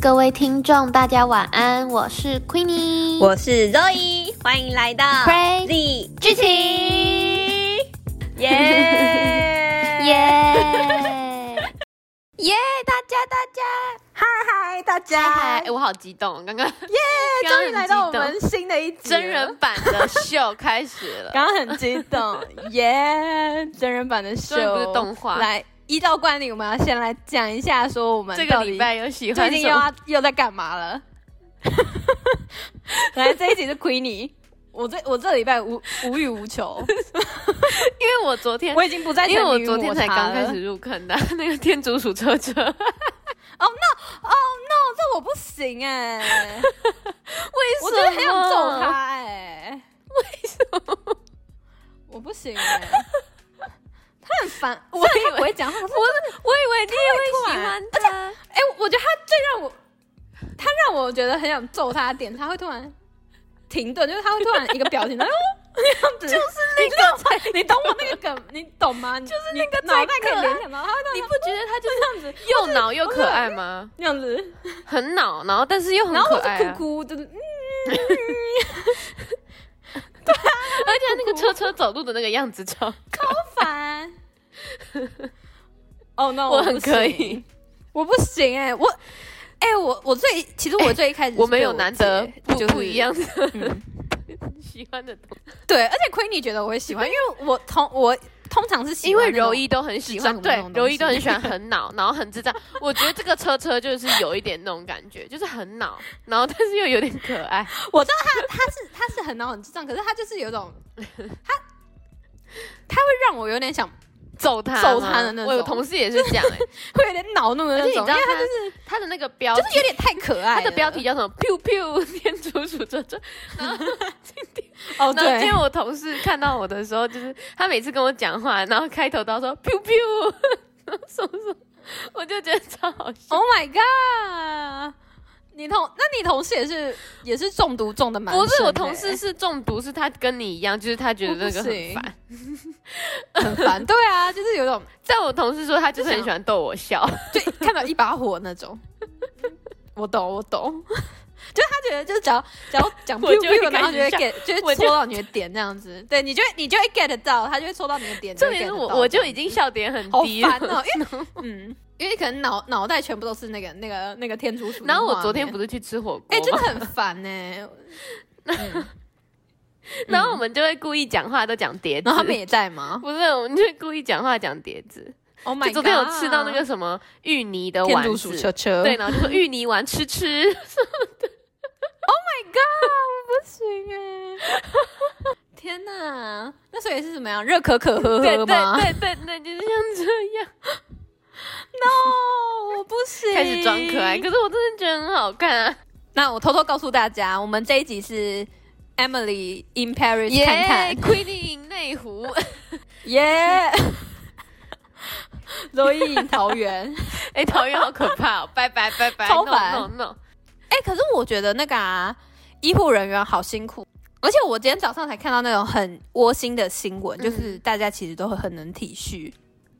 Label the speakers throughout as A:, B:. A: 各位听众，大家晚安，我是 Queenie，
B: 我是 Zoe，欢迎来到
A: Crazy
B: 剧情，耶
A: 耶 耶！大家大家
B: 嗨嗨大家，
A: 嗨哎嗨！我好激动，刚刚
B: 耶
A: 刚刚
B: 终
A: 很
B: 于来到我
A: 激动
B: 们新的一集
A: 真
B: 了
A: 人。版的 秀开始了。
B: 刚刚很激动，耶！真人版的秀
A: 终于不是动画
B: 来依照惯例，我们要先来讲一下，说我们
A: 这
B: 到
A: 个
B: 底
A: 礼拜有喜
B: 最
A: 欢
B: 近
A: 什
B: 又
A: 么？
B: 要又在干嘛了？来，这一集是 Queenie，我这我这礼拜无无欲无求，
A: 因为我昨天
B: 我。已经不再
A: 因为
B: 沉迷
A: 我
B: 于
A: 昨天
B: 抹
A: 才
B: 茶
A: 刚开
B: 了
A: 始入坑的啊 那个天竺鼠 车车，为
B: 哦、no，哦、no，这我不行哎、
A: 什么？
B: 我觉得很想揍他哎、 为什么？我不行哎、 他很烦，我
A: 所以
B: 他不会讲话，可是
A: 我我以为你也会
B: 太
A: 喜
B: 突
A: 欢
B: 然
A: 他，
B: 哎、我觉得他最让我，他让我觉得很想揍他的点，他会突然停顿，就是他会突然一个表情， 然后这样子，就是那个，你懂我那个梗，你懂吗？就是
A: 那个最
B: 脑袋可
A: 可
B: 以
A: 爱
B: 联想到，他会突然
A: 你不觉得他就
B: 这样子，
A: 又恼又可爱吗？
B: 那样子，
A: 很恼，然后但是又很
B: 然后
A: 可
B: 或
A: 爱、
B: 是
A: 啊，
B: 哭哭，就是嗯
A: 而且他那个车车走路的那个样子超，
B: 烦。哦、no，
A: 我
B: 不
A: 很可
B: 行
A: 以，
B: 我不行哎、我哎、我我最其实我最一开始、
A: 欸我们有难得不、
B: 就是、
A: 不一样的、
B: 嗯
A: 喜欢的东西，
B: 对，而且亏你觉得我会喜欢，因为我通 我通常是喜
A: 因
B: 欢
A: 为
B: 那种
A: 柔一都很喜欢，
B: 喜欢
A: 对
B: 我们，那种东西
A: 柔一都很喜欢很恼，然后很智 障。我觉得这个车车就是有一点那种感觉，就是很恼，然后但是又有点可爱。
B: 我知道他他是他是很恼很智障，可是他就是有一 种他他会让我有点想
A: 揍他吗，
B: 揍他的那种
A: 我有同事也是这 样、欸，
B: 会有点恼怒的
A: 而且
B: 那
A: 你知
B: 种，
A: 道
B: 因为他
A: 他
B: 就是
A: 他的那个标
B: 就是有点太可爱
A: 他
B: 了。
A: 的标题叫什么？biu biu 天竺鼠车车。
B: 哦
A: 然后今
B: 对
A: 天，我同事看到我的时候，就是他每次跟我讲话，然后开头都要说 “biu biu”，然后 什么什么，我就觉得超好笑。
B: Oh my god！你同那你同事也是也是中毒中的蛮
A: 不是
B: 深的欸
A: 我同事是中毒，是他跟你一样，就是他觉得那个
B: 我不
A: 很
B: 行
A: 烦。
B: 很烦，对啊，就是有一种
A: 但我同事说他就是很喜欢逗 我笑，
B: 就看到一把火那 种。我懂，我懂。就是他觉得，就是只要只 要讲
A: 我就会
B: biu biu，然后就会
A: 开
B: get，就
A: 我
B: 会
A: 就
B: 戳到你的点这样子。对，你就会你就会 get 到，他就会戳到你的点。
A: 重点
B: 你
A: 是
B: 会 get
A: 我
B: 到
A: 我就
B: 这
A: 已
B: 样
A: 经笑点很
B: 好
A: 低了
B: 烦。哦，因 为嗯，因为你可能脑脑袋全部都是那个那个那个天竺鼠的画面。
A: 然后我昨天不是去吃火锅
B: 哎，真
A: 吗
B: 的？很烦欸呢。 嗯
A: 然后我们就会故意讲话都讲叠字
B: 然，后他们也在吗
A: 不是，我们就会故意讲话讲叠字。
B: ？Oh my
A: 就
B: god！
A: 昨天有吃到那个什么芋泥的
B: 天
A: 丸
B: 竺鼠
A: 子，
B: 车车，
A: 对，然后就说芋泥丸 吃吃。
B: Oh 不行哎！天哪，那所以是怎么样？热可可呵
A: 对
B: 呵吗
A: 对对对对，就是像这样
B: ？No，我不行。
A: 开始装可爱，可是我真的觉得很好看啊！
B: 那我偷偷告诉大家，我们这一集是 Emily in Paris 看看，
A: ，Queenie 赢内湖，
B: 耶！罗伊in 桃 园。
A: 哎，桃园好可怕哦！拜拜拜拜，
B: 超烦
A: no no no，
B: 哎、可是我觉得那个啊，医护人员好辛苦。而且我今天早上才看到那种很窝心的新闻，就是大家其实都会很能体恤，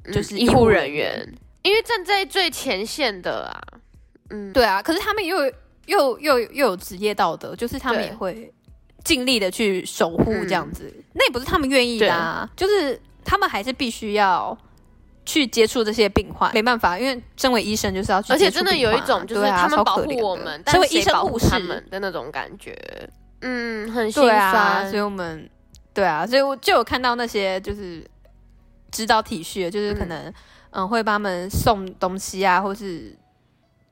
A: 嗯
B: 就是
A: 医
B: 医
A: 护
B: 护
A: 人
B: 人
A: 员，因为站在最前线的啊，嗯，
B: 对啊，可是他们又又又又有职业道德，就是他们
A: 对嗯
B: 也会尽力的去守护这样子。那也不是他们愿意的、啊，就是他们还是必须要去接触这些病患，没办法，因为身为医生就是要去
A: 而且
B: 接触
A: 真
B: 病患啊、
A: 的有一种就是
B: 对啊
A: 他们
B: 超
A: 保
B: 可
A: 护
B: 怜的
A: 我们，但
B: 身为
A: 谁
B: 医生
A: 保
B: 护
A: 护
B: 士
A: 他们的那种感觉，嗯，很心
B: 对啊，
A: 酸
B: 所。以我们对啊，所以我就有看到那些就是知道体恤的，就是可能嗯会帮他们送东西啊，或是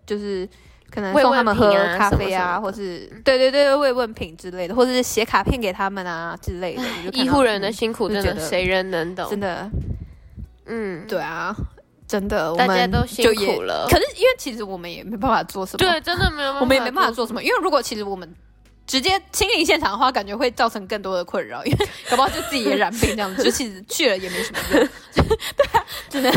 B: 就是可能
A: 慰
B: 送
A: 问
B: 他们
A: 品
B: 喝
A: 啊
B: 咖
A: 什么
B: 啡
A: 什
B: 啊，
A: 么
B: 或是对对对慰问品之类的，或者是写卡片给他们啊之类的。我 就看
A: 医
B: 到
A: 护人
B: 嗯
A: 的辛苦
B: 就
A: 真
B: 觉
A: 的
B: 得
A: 谁人能懂？
B: 真的
A: 嗯，
B: 对啊，真的
A: 大
B: 我
A: 家
B: 们
A: 都
B: 就
A: 辛
B: 也
A: 苦了
B: 可。是因为其实我们也没办法做什么，啊
A: 对，真的没有办法，
B: 我们也没办法。做什么，因为如果其实我们直接亲临现场的话，感觉会造成更多的困扰， 因为搞不好就自己也染病这样子，就其实去了也没什么用。对啊，真的，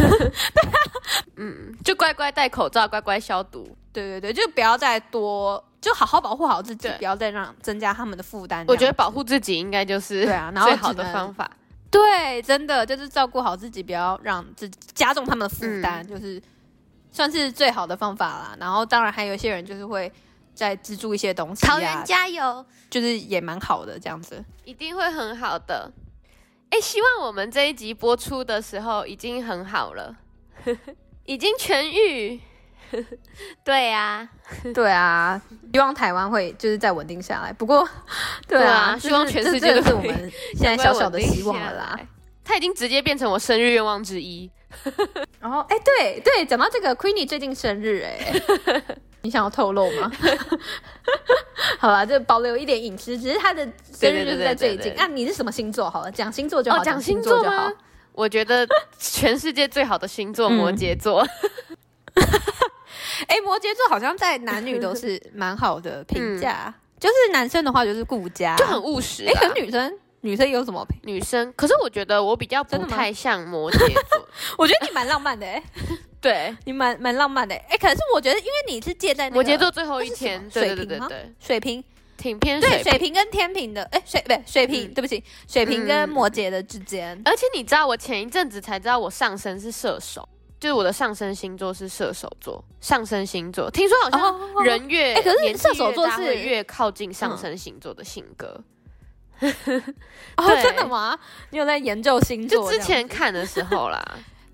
A: 嗯，就乖乖戴口罩，乖乖消毒。
B: 对对对，就不要再多，就好好保护好自己
A: 对，
B: 不要再让增加他们的负担。
A: 我觉得
B: 这样
A: 保护自己应该就是
B: 对啊然后
A: 最好
B: 只
A: 的
B: 能
A: 方法。
B: 嗯对，真的就是照顾好自己，不要让自己加重他们的负担，就是算是最好的方法啦。然后当然还有一些人就是会再资助一些东西、啊，
A: 桃园加油，
B: 就是也蛮好的这样子。
A: 一定会很好的。哎，希望我们这一集播出的时候已经很好了，已经痊愈。对呀、
B: 对啊，希望台湾会就是再稳定下来。不过， 对
A: 对
B: 啊，
A: 啊
B: 就是
A: 希望全世界
B: 这这
A: 都
B: 是我
A: 可以
B: 们 现在小小的希望了 啦。。
A: 他已经直接变成我生日愿望之一。
B: 然后，哎，对对，讲到这个，Queenie 最近生日哎、 你想要透露吗？ 好啦，就保留一点隐私，只是他的生日就是在最
A: 对对对对
B: 近
A: 对。对
B: 那、你是什么星座？好了，讲星座就好，
A: 哦讲
B: 星
A: 星座
B: 就好
A: 吗。我觉得全世界最好的星座摩羯座，
B: 哎、摩羯座好像在男女都是蛮好的评 价，就是男生的话嗯就是顾家，
A: 就很务实、
B: 哎、
A: 啊。
B: 可是女生女生有什么评？
A: 女生，可是我觉得我比较
B: 真
A: 不
B: 的吗
A: 太像摩羯座。
B: 我觉得你蛮浪漫的哎、
A: 对，
B: 你蛮蛮浪漫的哎、哎可是我觉得因为你是借在、那
A: 摩
B: 个
A: 羯座最后一
B: 那是什
A: 天，
B: 么
A: 对
B: 水
A: 对
B: 瓶
A: 对
B: 吗
A: 对对，
B: 水瓶，
A: 挺偏水
B: 对
A: 瓶。
B: 水瓶跟天平的哎、水不对水瓶、
A: 嗯
B: 对不起，水瓶
A: 嗯
B: 跟
A: 嗯嗯嗯
B: 摩羯的之间。
A: 而且你知道，我前一阵子才知道我上升是射手，就是我的上升星座是射手座，上升星座。听说好像
B: 哦
A: 人越、
B: 哎可是
A: 年纪
B: 射手座
A: 越大
B: 是嗯
A: 会越靠近上升星座的性格。
B: 哦，
A: 对
B: 真的吗？你有在研究星
A: 就
B: 座这
A: 之
B: 样？
A: 前看的时 候啦，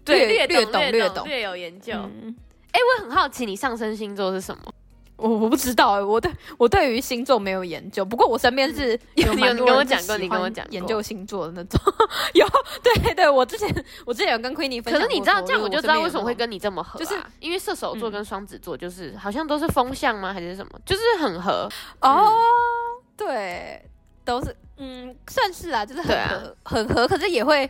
B: 略
A: 略
B: 略懂
A: 懂
B: 略
A: 懂
B: 懂
A: 略有研究。
B: 嗯
A: 哎、我很好奇你上升星座是什么？
B: 我我不知道哎、我对我对于星座没有研究，不过我身边是
A: 嗯有
B: 蛮
A: 你
B: 多
A: 跟我
B: 人是
A: 讲过
B: 喜
A: 你跟
B: 欢
A: 我讲过
B: 研究星座的那种， 有对对，我之前我之前有跟 Queenie 分
A: 可
B: 享过说，
A: 是你知道这样，我就知道为什么会
B: 跟
A: 跟你这么合、啊，
B: 就是
A: 因为射手座
B: 嗯
A: 跟双子座就是、好像都是风向吗？还是什么？就是很合。
B: 哦，
A: 嗯
B: 对，都是嗯，算是啦、就是很
A: 对啊
B: 合、很合，可是也会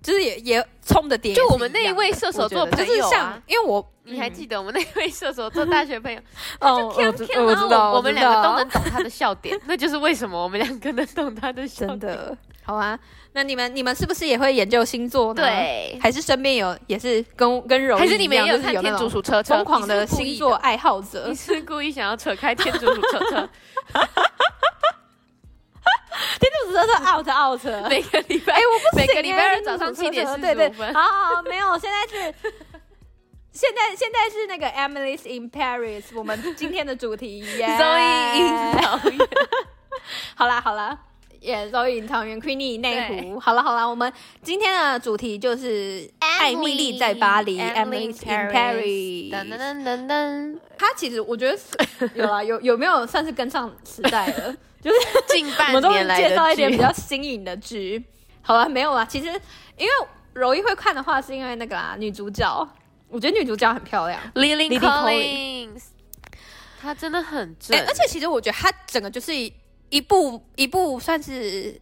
B: 就是也也冲的点也
A: 就是我们那
B: 一
A: 一
B: 样
A: 位
B: 的
A: 射
B: 我
A: 手
B: 觉
A: 座
B: 得
A: 朋
B: 就是
A: 友
B: 像
A: 啊
B: 因为我
A: 你还
B: 嗯
A: 记得我们那位 射手座大学朋友？
B: 哦，我知
A: 天
B: 我
A: 然
B: 知
A: 后
B: 道，
A: 我们
B: 知
A: 两个
B: 道
A: 都 能懂他的笑点， 那就是为什么我们两个能懂他的 笑
B: 真
A: 点。
B: 的好啊。那你们你们是不是也会研究星座呢？，
A: 对，
B: 还是身边有也是跟跟柔一样，
A: 还是你们
B: 们
A: 也有
B: 是
A: 看
B: 有那
A: 天竺
B: 种
A: 鼠车车？
B: 疯狂的
A: 你是故意啊
B: 星座？爱好者
A: 你？是故意想要扯开天竺鼠车车？
B: 天竺鼠车车 out out。
A: 每个礼拜
B: 哎，我不行
A: 每个
B: 哎
A: 礼拜二
B: 天竺
A: 早上
B: 鼠车
A: 7点
B: 车
A: 45
B: 对对，
A: 分啊
B: 好好好没有，现在是。现在现在是那个 Emily's in Paris，我们今天的主题耶。
A: 综艺引导员，
B: 好啦好啦，也周隐桃园 Queenie 内湖。好啦好啦，我们今天的主题就是艾米丽在巴黎
A: Emily
B: ，Emily's in Paris。
A: 噔噔噔噔噔，
B: 他其实我觉得是有啦，有有没有算是跟上时代了？就是
A: 近
B: 我们
A: 半
B: 都
A: 年
B: 会
A: 来
B: 介绍
A: 的
B: 一点比
A: 剧，
B: 较新颖的剧。好啦，没有啦，其实因为柔一会看的话，是因为那个啦，女主角，我觉得女主角很漂亮。
A: Lily
B: Lily
A: Collins，她真的很正
B: 哎、，而且其实我觉得它整个就是一部一部算是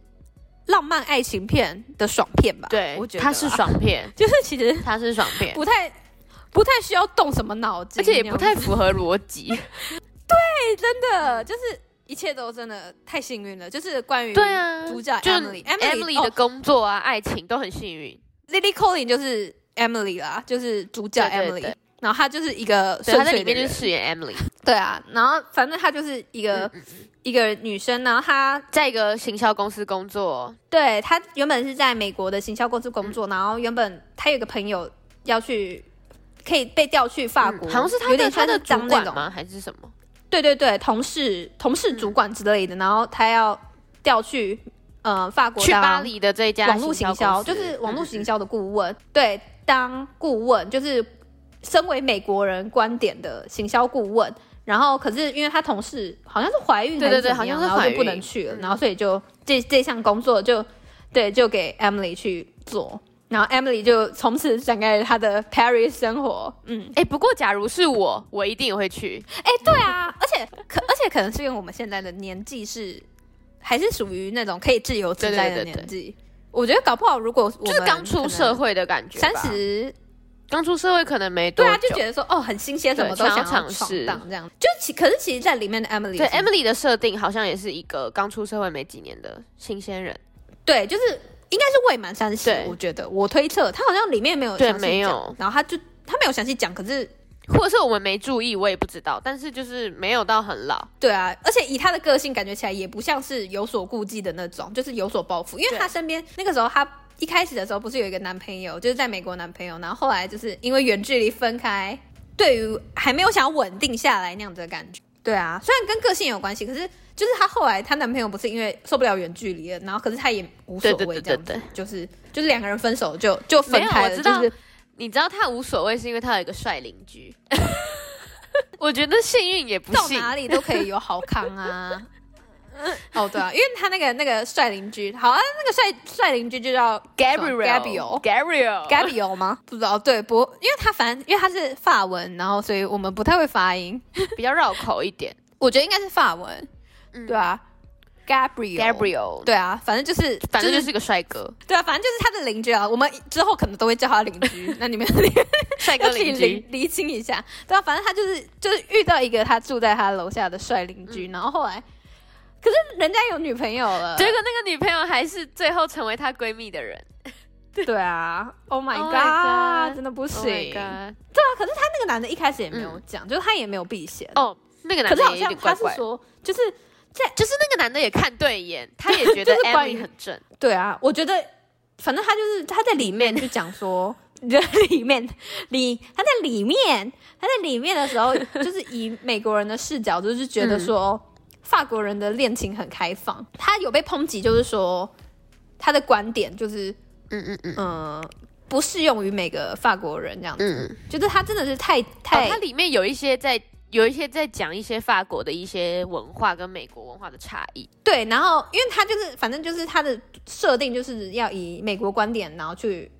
B: 浪漫爱情片的爽片吧。
A: 对
B: 我觉，得
A: 她是
B: 啦，
A: 爽 片，
B: 就是其实
A: 她啊是爽片，
B: 不太不太需要动什么脑筋，
A: 而且也不太
B: 真
A: 符合逻辑。
B: 的就是一切都真的太幸运了，就是关于
A: 对啊，
B: 主角
A: 就
B: Emily
A: Emily 的
B: 哦
A: 工作啊、爱情都很幸运，
B: Lily Collin 就是 Emily 啦，就是主角
A: 对
B: Emily，
A: 对对
B: 然后她就是一个
A: 对，她
B: 顺
A: 在
B: 遂
A: 里
B: 的
A: 面就是
B: 人，嗯
A: 饰 演 Emily，
B: 对啊，然后反正她就是一个、一个女生，然后她
A: 在一个行销公司工作，
B: 对她原本是在美国的行销公司工作，然后原本她有一个朋友要去。可以被调去法
A: 嗯
B: 国，
A: 好像是她
B: 有
A: 的
B: 点
A: 她
B: 像
A: 的
B: 是
A: 主
B: 当那
A: 管
B: 种
A: 吗？还是什么？
B: 对对对，同事、同事、主管之类的，然后他要调去呃法国
A: 去
B: 当
A: 巴黎的这一家
B: 网络行销，
A: 销公司，
B: 就是网络
A: 嗯
B: 行销的顾问，对，当顾问就是身为美国人观点的行销顾问。然后可是因为他同事好像是怀孕还
A: 对对对
B: 怎么样
A: 好像是
B: 然后
A: 怀
B: 就
A: 孕
B: 不能去了，
A: 嗯
B: 然后所以就这这项工作就对就给 Emily 去做。然后 Emily 就从此展开了她的 Paris 生活，嗯，
A: 哎、不过假如是我，我一定也会去。
B: 哎、对啊，而且可而且可能是因为我们现在的年纪是还是属于那种可以自由自在的
A: 对对对对
B: 年纪。我觉得搞不好如果我们
A: 就是刚出社会的感觉吧，
B: 三十，
A: 刚出社会可能没多
B: 对
A: 久。
B: 啊，就觉得说哦很新鲜，什么
A: 对
B: 都
A: 想
B: 要
A: 要尝
B: 闯
A: 试
B: 荡这样。就其可是其实，在里面的 Emily
A: 对
B: 是
A: Emily 的设定好像也是一个刚出社会没几年的新鲜人，
B: 对，就是应该是未满三十
A: 对，
B: 我觉得我推测他好像里面没有
A: 对
B: 详细
A: 没
B: 讲
A: 有
B: 然后他就他没有详细讲，可是
A: 或者是我们没注意，我也不知道。但是就是没有到很老，
B: 对啊，而且以他的个性，感觉起来也不像是有所顾忌的那种，就是有所包袱。因为
A: 对
B: 他身边那个时候，他一开始的时候不是有一个男朋友，就是在美国男朋友，然后后来就是因为远距离分开，对于还没有想要稳定下来那样子的感觉。对啊，虽然跟个性有关系，可是就是她后来她男朋友不是因为受不了远距离了，然后可是她也无所
A: 对对
B: 谓
A: 对
B: 这样子，
A: 对对
B: 就是就是两个人分手就就分
A: 没有
B: 开
A: 我
B: 了，
A: 知
B: 就
A: 道
B: 是
A: 你知道他无所谓，是因为他有一个帅邻居。 我觉得幸运也不
B: 到
A: 幸，
B: 哪里都可以有好康啊。 哦，对啊，因为他那个那个帅邻居，好啊，那个帅帅邻居就叫
A: Gabriel，Gabriel，Gabriel，
B: Gabriel 吗？不知道，对，不，因为他反正因为他是法文，然后所以我们不太会发音，
A: 比较绕口一点。
B: 我觉得应该是法文，
A: 嗯
B: 对啊，Gabriel
A: Gabriel，
B: 对啊，反正就是
A: 反正
B: 就
A: 就是是个帅哥，
B: 对啊，反正就是他的邻居啊，我们之后可能都会叫他邻 居，那你们
A: 帅
B: 要
A: 哥
B: 自己
A: 邻
B: 厘
A: 居。
B: 厘清一下，对啊，反正他就是就是遇到一个他住在他楼下的帅邻居，然后后来，可是人家有女朋友了，
A: 结果那个女朋友还是最后成为她闺蜜的人。
B: 对啊，Oh my
A: Oh
B: god，,
A: my god
B: 真的不
A: Oh
B: 行嗯
A: my god
B: 啊那个男的一开始也没有讲，就是他也没有避嫌，
A: 哦，那个男
B: 可是
A: 的
B: 好
A: 也有
B: 像
A: 点
B: 他
A: 怪
B: 是
A: 怪的。
B: 说，就是
A: 就是那个男的也看对眼，他也觉得
B: 就是关于
A: Emily 很正。
B: 对啊，我觉得反正他就是他在里面就讲说， 人里面里他在里面他在里面的 时候，就是以美国人的视角，就是觉得说、
A: 嗯
B: 法国人的恋情很开放。他有被抨击，就是说他的观点就是
A: 嗯嗯嗯
B: 嗯、呃不适用于每个法国人这样子，
A: 嗯，
B: 觉得他真的是太
A: 哦
B: 太、，
A: 它里面有一些在有一些在讲一些法国的一些文化跟美国文化的差异。
B: 对，然后因为他就是，反正就是他的设定就是要以美国观点，然后去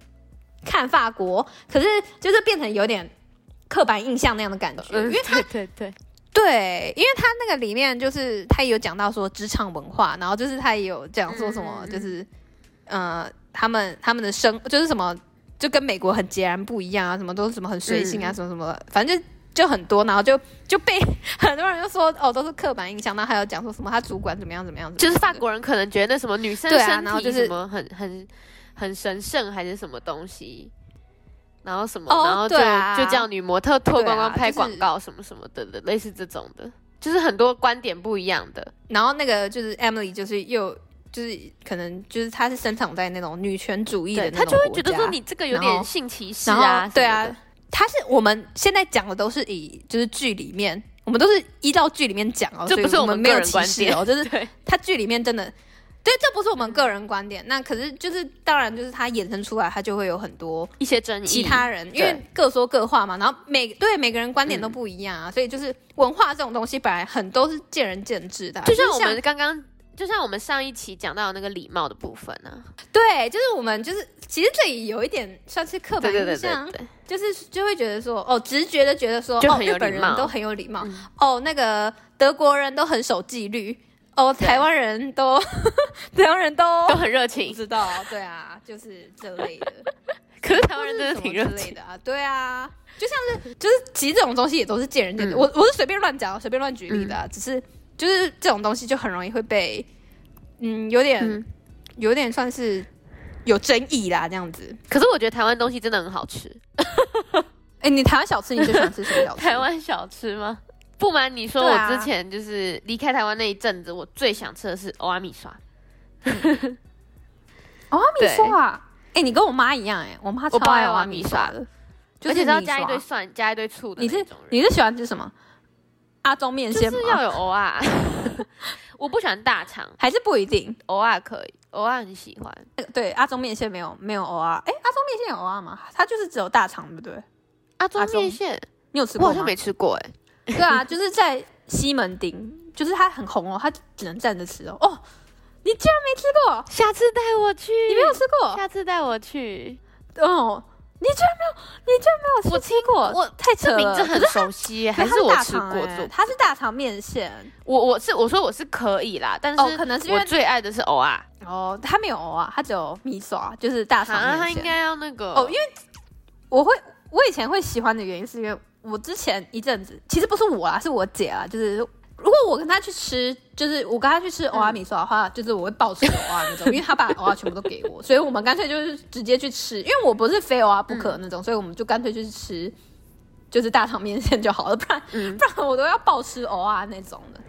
B: 看法国，可是就是变成有点刻板印象那样的感觉。
A: 呃
B: 因为
A: 他嗯对对
B: 对，因为他那个里面就是他也有讲到说职场文化，然后就是他也有讲说什么
A: 嗯嗯，嗯
B: 就是呃，他们他们的生就是什么，就跟美国很截然不一样啊，什么都是什么很随性啊，
A: 嗯
B: 什么什么的，反正就。就很多，然后就就被 很多人就说哦，都是刻板印象。然后还有讲说什么他主管怎么样怎么样，怎么样
A: 就是法国人可能觉得那什么女生
B: 对啊
A: 身
B: 然后
A: 体
B: 就是
A: 什么很很很神圣还是什么东西，然后什么，
B: 哦
A: 然后就、
B: 对啊
A: 就叫女模特脱光光
B: 对啊
A: 拍
B: 就是
A: 广告什么什么的的，类似这种的，就是很多观点不一样的。
B: 然后那个就是 Emily，就是又就是可能就是她是生长在那种女权主义的
A: 对
B: 那
A: 他
B: 种
A: 就会
B: 国
A: 觉得
B: 家
A: 说你这个有
B: 然后
A: 点性歧视
B: 然后
A: 啊，
B: 对啊，，她是我们现在讲的都是以就是剧里面，我们都是依照剧里面讲哦，
A: 这
B: 所以
A: 不是
B: 我
A: 我们
B: 没
A: 个
B: 有
A: 人
B: 歧
A: 观
B: 视
A: 点
B: 哦，就是
A: 对，
B: 他剧里面真的，对，这不是我们个人观点。那可是就是当然就是他衍生出来，他就会有很多
A: 一些争议，
B: 其他人，因
A: 对
B: 为各说各话嘛，然后每对每个人观点都不一样啊，所以就是文化这种东西本来很都是见仁见智的啊、
A: 就像
B: 是
A: 我们刚刚，就像我们上一期讲到的那个礼貌的部分啊，
B: 对，就是我们就是其实这里有一点算是刻板
A: 对对对
B: 印
A: 对
B: 象，
A: 对，
B: 就是就会觉得说哦，直觉的觉得说
A: 就
B: 哦，
A: 很有
B: 日本
A: 礼
B: 人
A: 貌
B: 都很有礼貌，
A: 嗯
B: 哦，那个德国人都很守纪律，哦，
A: 对
B: 台湾人都 台湾人都
A: 都很热
B: 不
A: 情，
B: 知道，对啊，就是这类的，
A: 可是台
B: 台
A: 湾人真的挺热
B: 之类
A: 情，
B: 的啊，对啊，就像是就是其实这种东西也都是见仁见智，
A: 嗯
B: 我我是随便乱讲，随便乱举例的、啊，只是就是这种东西就很容易会被嗯有点、
A: 嗯，
B: 有点算是有争议啦，这样子。
A: 可是我觉得台湾东西真的很好吃，
B: 哎、你台湾小吃你最喜欢吃什么小吃？
A: 台湾小吃吗？不瞒你说，
B: 对啊
A: 我之前就是离开台湾那一阵子，我最想吃的是欧阿米刷。
B: 哦，阿米
A: 对
B: 刷。哎、你跟我妈一样哎、我妈超
A: 我爸
B: 爱
A: 有
B: 阿
A: 阿
B: 米
A: 米
B: 刷
A: 刷
B: 的，就
A: 而
B: 是
A: 且是要
B: 米
A: 加一
B: 刷
A: 堆蒜、加一堆醋的
B: 你是
A: 那种人
B: 你是喜欢吃什么？阿中面线吗？
A: 就是要有偶啊。 我不喜欢大肠，
B: 还是不一定？
A: 偶啊可以，偶啊很喜欢。
B: 那个对，阿中面线没有没有偶尔。哎、阿中面线有偶尔吗？它就是只有大肠，对不对？
A: 阿啊中
B: 阿啊中
A: 面线，
B: 你有吃
A: 我
B: 过
A: 好
B: 吗
A: 像？没吃过哎、
B: 对啊，就是在西门町，就是它很红哦，它只能站着吃哦。哦，你竟然没吃过？
A: 下次带我去。
B: 你没有吃过？
A: 下次带我去。
B: 哦，你居然没有，你居然没有吃，
A: 嗯我
B: 吃过，
A: 我
B: 太扯
A: 这名
B: 了。
A: 字很熟悉，还
B: 呃可
A: 是我
B: 它是
A: 吃
B: 大肠
A: 过
B: 欸
A: 做？
B: 它是大肠面线
A: 我我是我说我是可以啦，但
B: 哦，
A: 是
B: 可能是因
A: 我
B: 为
A: 最爱的是偶啊。
B: 哦，它没有啊，它只有米刷，就是大肠
A: 啊，他
B: 面
A: 应
B: 线。
A: 该要那个
B: 哦因为我会，我以前会喜欢的原因是因为我之前一阵子，其实不是我啊，是我姐啊，就是。如果我跟她去吃，就是我跟她去吃欧阿米刷的话，就是我会暴吃欧阿那种，因为她把欧阿全部都给我，所以我们干脆就是直接去吃，因为我不是非欧阿不可那种，所以我们就干脆去吃，就是大肠面线就好了，不然
A: 嗯
B: 不然我都要暴吃藕啊那种的。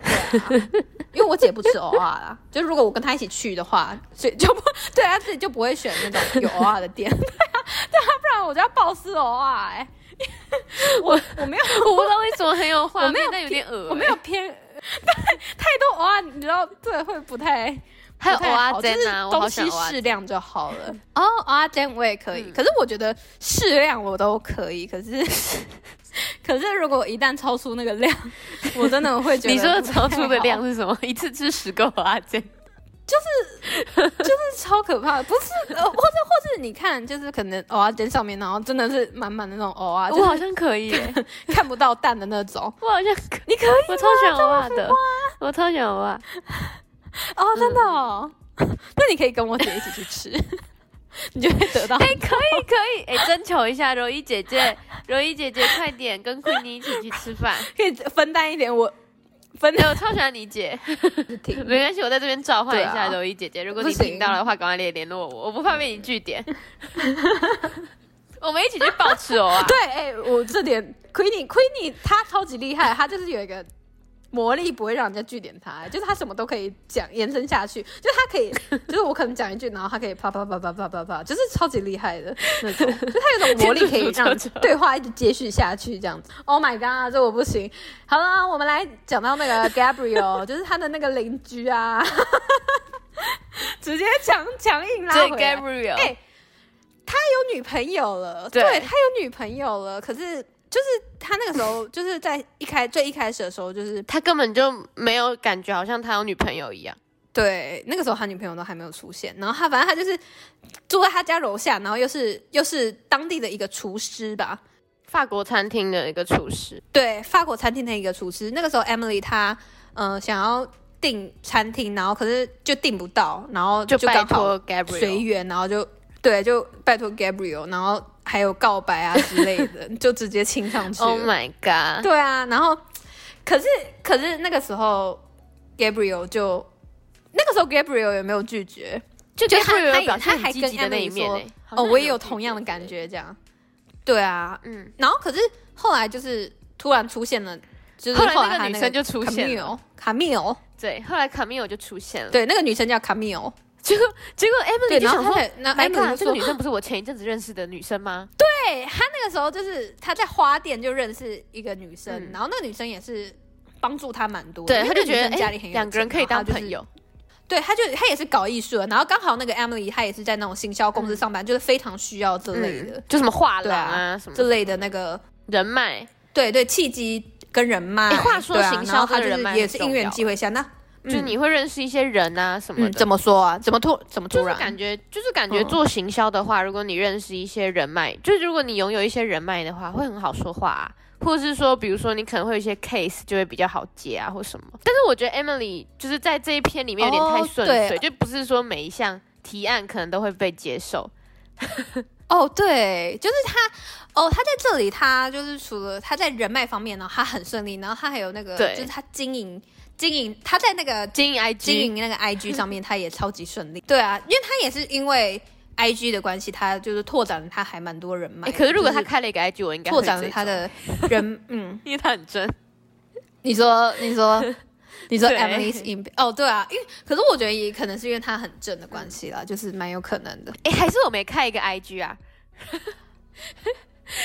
B: 对啊，因为我姐不吃藕啊啦，就如果我跟她一起去的话，所以就不 对 啊，自己就不会选那种有藕啊的店，对啊，对啊，不然我就要暴吃藕啊哎、我我没有，
A: 我不知道为什么很有画
B: 我没
A: 面
B: 有，
A: 但有点恶、
B: 我没有偏， 对，太多偶尔你知道这会不太，
A: 还有
B: 不太好
A: 蚵仔煎啊
B: 就是
A: 我好
B: 东西
A: 想蚵仔
B: 适量就好了。 哦，蚵仔煎我也可以，
A: 嗯
B: 可是我觉得适量我都可以，可是 可是如果一旦超出那个量， 我真的会觉得
A: 你说的
B: 不太
A: 超
B: 好
A: 出 的量是什么？一次吃十个蚵仔煎？
B: 超可怕的，不是，呃，或者或是你看，就是可能呃蚵仔煎上面，然后真的是满满的那种蚵啊，
A: 我
B: 就
A: 好
B: 是
A: 像可以耶、
B: 看不到蛋的那种。
A: 我好像 可你可以，我超喜欢蚵仔的，我超喜欢蚵仔。
B: 哦，真的哦，那你可以跟我姐一起去吃， 你就会得到。
A: 哎、可以可以，哎、征求一下柔一姐姐，柔一姐姐，快点跟坤妮一起去吃 饭。
B: 可以分担一点 我分
A: 哎、我超喜欢你姐，
B: 挺
A: 没关系，我在这边召唤一
B: 对
A: 下
B: 啊
A: 柔一姐姐，如果
B: 不
A: 你
B: 行
A: 听到的话，赶快联联络我，我不怕被你据 点。我们一起去暴吃哦啊！
B: 对，哎、我这点 Queenie Queenie 她超级厉害，她就是有一个魔力，不会让人家据点她，就是她什么都可以讲延伸下去，就是她可以，就是我可能讲一句，然后她可以啪啪啪啪啪啪啪，就是超级厉害的那种，就她有一种魔力可以让
A: 天竺鼠
B: 对话一直接续下去这样子。Oh my god，这我不行。好了，我们来讲到那 个 Gabriel，就是他的那个邻居 啊，直接强强硬拉
A: 对
B: 回来。
A: Gabriel，、
B: 哎有女朋友了，
A: 对
B: 对他有女朋友了，可是就是他那个时候就是在一开最一开始的时候，就是
A: 他根本就没有感觉，好像他有女朋友一样。
B: 对那个时候他女朋友都还没有出现，然后他反正他就是住在他家楼下，然后又是又是当地的一个厨师吧，
A: 法国餐厅的一个厨师，
B: 对法国餐厅的一个厨师。那个时候 Emily 她呃想要订餐厅，然后可是就订不到，然后
A: 就拜
B: 刚好
A: 托 Gabriel，
B: 随缘，然后就对就拜托 Gabriel，然后还有告白啊之类的， 就直接亲上去了。
A: Oh my god！
B: 对啊，然后可是可是那个时候 Gabriel 就那个时候 Gabriel 也没有拒绝，
A: 就
B: 就他
A: Gabriel
B: 他
A: 有
B: 也
A: 表现
B: 他还
A: 很积
B: 跟
A: 极的那一
B: Emily
A: 面
B: 说
A: 欸
B: 哦，我也有同样的感。觉这样。对啊，
A: 好像有拒绝 嗯，
B: 然后可是后来就是突然出现了，就是
A: 后来
B: 来
A: 那
B: 他
A: 个女生就出现了，
B: 卡米欧，
A: 对，后来卡米尔就出现了，
B: 对，那个女生叫卡米欧，
A: 结果结果
B: 对，
A: Emily 就
B: 然
A: 想
B: 后
A: 说
B: 她。才，那
A: My
B: Emily
A: God，
B: 就
A: 这个
B: 说
A: 女生不是我前一阵子认识的女生吗？
B: 对他那个时候就是他在花店就认识一个女生，
A: 嗯
B: 然后那个女生也是帮助他蛮多的，
A: 对，
B: 因
A: 她
B: 为
A: 就
B: 那个女
A: 觉得
B: 生家
A: 哎
B: 里很，有
A: 两个
B: 钱
A: 人可以
B: 然后她
A: 当
B: 就是
A: 朋友，
B: 对，他就他也是搞艺术的，然后刚好那个 Emily 她也是在那种行销公司上班，就是非常需要这类的、
A: 嗯，就什么画
B: 对
A: 廊
B: 啊
A: 啊，什么
B: 这类的那个
A: 人脉，
B: 对对契机跟人脉。
A: 哎话说
B: 对啊
A: 行销
B: 然后他就
A: 这个人脉
B: 是
A: 很
B: 也是因
A: 重
B: 缘
A: 要
B: 机会下，那
A: 就是你会认识一些人啊什么
B: 嗯
A: 的
B: 怎。么说啊？怎么突怎么
A: 就
B: 突
A: 是
B: 然？
A: 感觉，就是感觉
B: 嗯
A: 做行销的话，如果你认识一些人脉，就是如果你拥有一些人脉的话，会很好说话、啊，或者是说，比如说你可能会有一些 case 就会比较好接啊，或什么。但是我觉得 Emily 就是在这一篇里面有点太
B: 哦
A: 顺
B: 对
A: 遂，就不是说每一项提案可能都会被接受。
B: 哦，对，就是他，哦，他在这里，他就是除了他在人脉方面呢，他很顺利，然后他还有那个，
A: 对
B: 就是他经营经营，他在那个
A: 经营 IG，
B: 经营那个 IG 上面，他也超级顺利。对啊，因为他也是因为 IG 的关系，他就是拓展了他还蛮多人脉
A: 哎
B: 的、
A: 可是如果
B: 就
A: 他开了一个 IG，我应该
B: 拓
A: 会
B: 展了
A: 追
B: 他
A: 踪，
B: 的 人，嗯，
A: 因为他很 真。
B: 你说，你 说，你说
A: 对
B: Emily's in 哦，对啊，因为可是我觉得也可能是因为他很正的关系啦，就是蛮有可能的。
A: 哎、还是我没开一个 IG 啊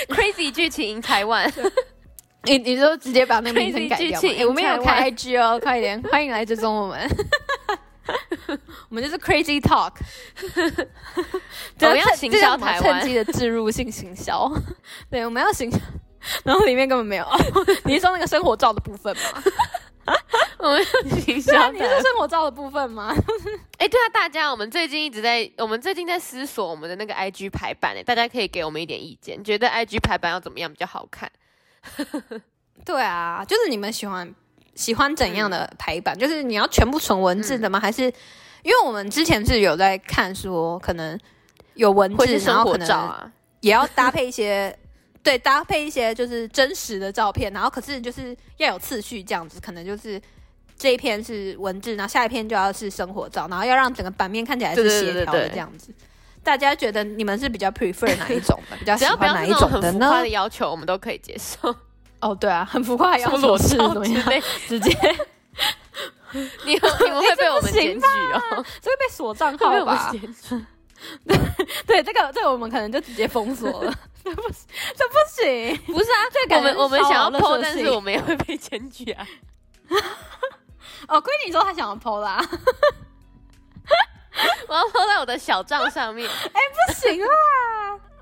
A: ？Crazy 剧情 in 台湾，
B: 你你就直接把那个名
A: Crazy
B: 称改掉
A: 剧
B: 嘛、
A: 情
B: 诶我们也有开
A: 台
B: IG 哦，快 点，欢迎来追踪我们。 我们就是 Crazy Talk，
A: 我们
B: 这
A: 要
B: 趁
A: 行
B: 这叫
A: 销
B: 什么
A: 台湾
B: 趁机的植入性行销。 对，我们要行销， 然后里面根本没有。哦、 你是说那个生活照的部分吗？
A: 我们要行 销
B: 对啊，
A: 台
B: 你是
A: 湾
B: 说。生活照的部分吗？
A: 哎、对啊，大家，我们最近一直在，我们最近在思索我们的那个 IG 排版，哎，大家可以给我们一点意见，觉得 IG 排版要怎么样比较好看？
B: 对啊，就是你们喜欢喜欢怎样的排版？就是你要全部纯文字的吗？还是因为我们之前是有在看说，可能有文
A: 或
B: 字
A: 者
B: 然
A: 是，生
B: 后
A: 活
B: 可能
A: 照啊，
B: 也要搭配一些， 对，搭配一些就是真实的照片，然后可是就是要有次序这样子，可能就是这一篇是文字，然后下一篇就要是生活照，然后要让整个版面看起来是
A: 对对
B: 协
A: 对
B: 调
A: 对
B: 的
A: 对
B: 这样子。大家觉得你们是比较 prefer 哪一种的？比较喜
A: 只要不
B: 欢
A: 要
B: 哪
A: 是
B: 一
A: 那
B: 种
A: 种很
B: 的
A: 浮夸
B: 呢
A: 的？要求，我们都可以接受。
B: 哦，对啊，很浮夸，
A: 什
B: 要
A: 么
B: 求
A: 裸
B: 是
A: 照
B: 怎么
A: 之
B: 样？
A: 类，
B: 直接
A: 你你们会被我们检举哦，
B: 这会被锁账
A: 会被
B: 号
A: 我们
B: 吧？
A: 检举。
B: 对，这个这个我们可能就直接封锁了。这不行，
A: 不是啊，
B: 这感
A: 我
B: 觉
A: 们我们想要
B: 抛，
A: PO，但是我们也会被检举啊。
B: 哦，亏你说他想要抛啦，
A: 我要 PO 在我的小账上面，
B: 不行啦，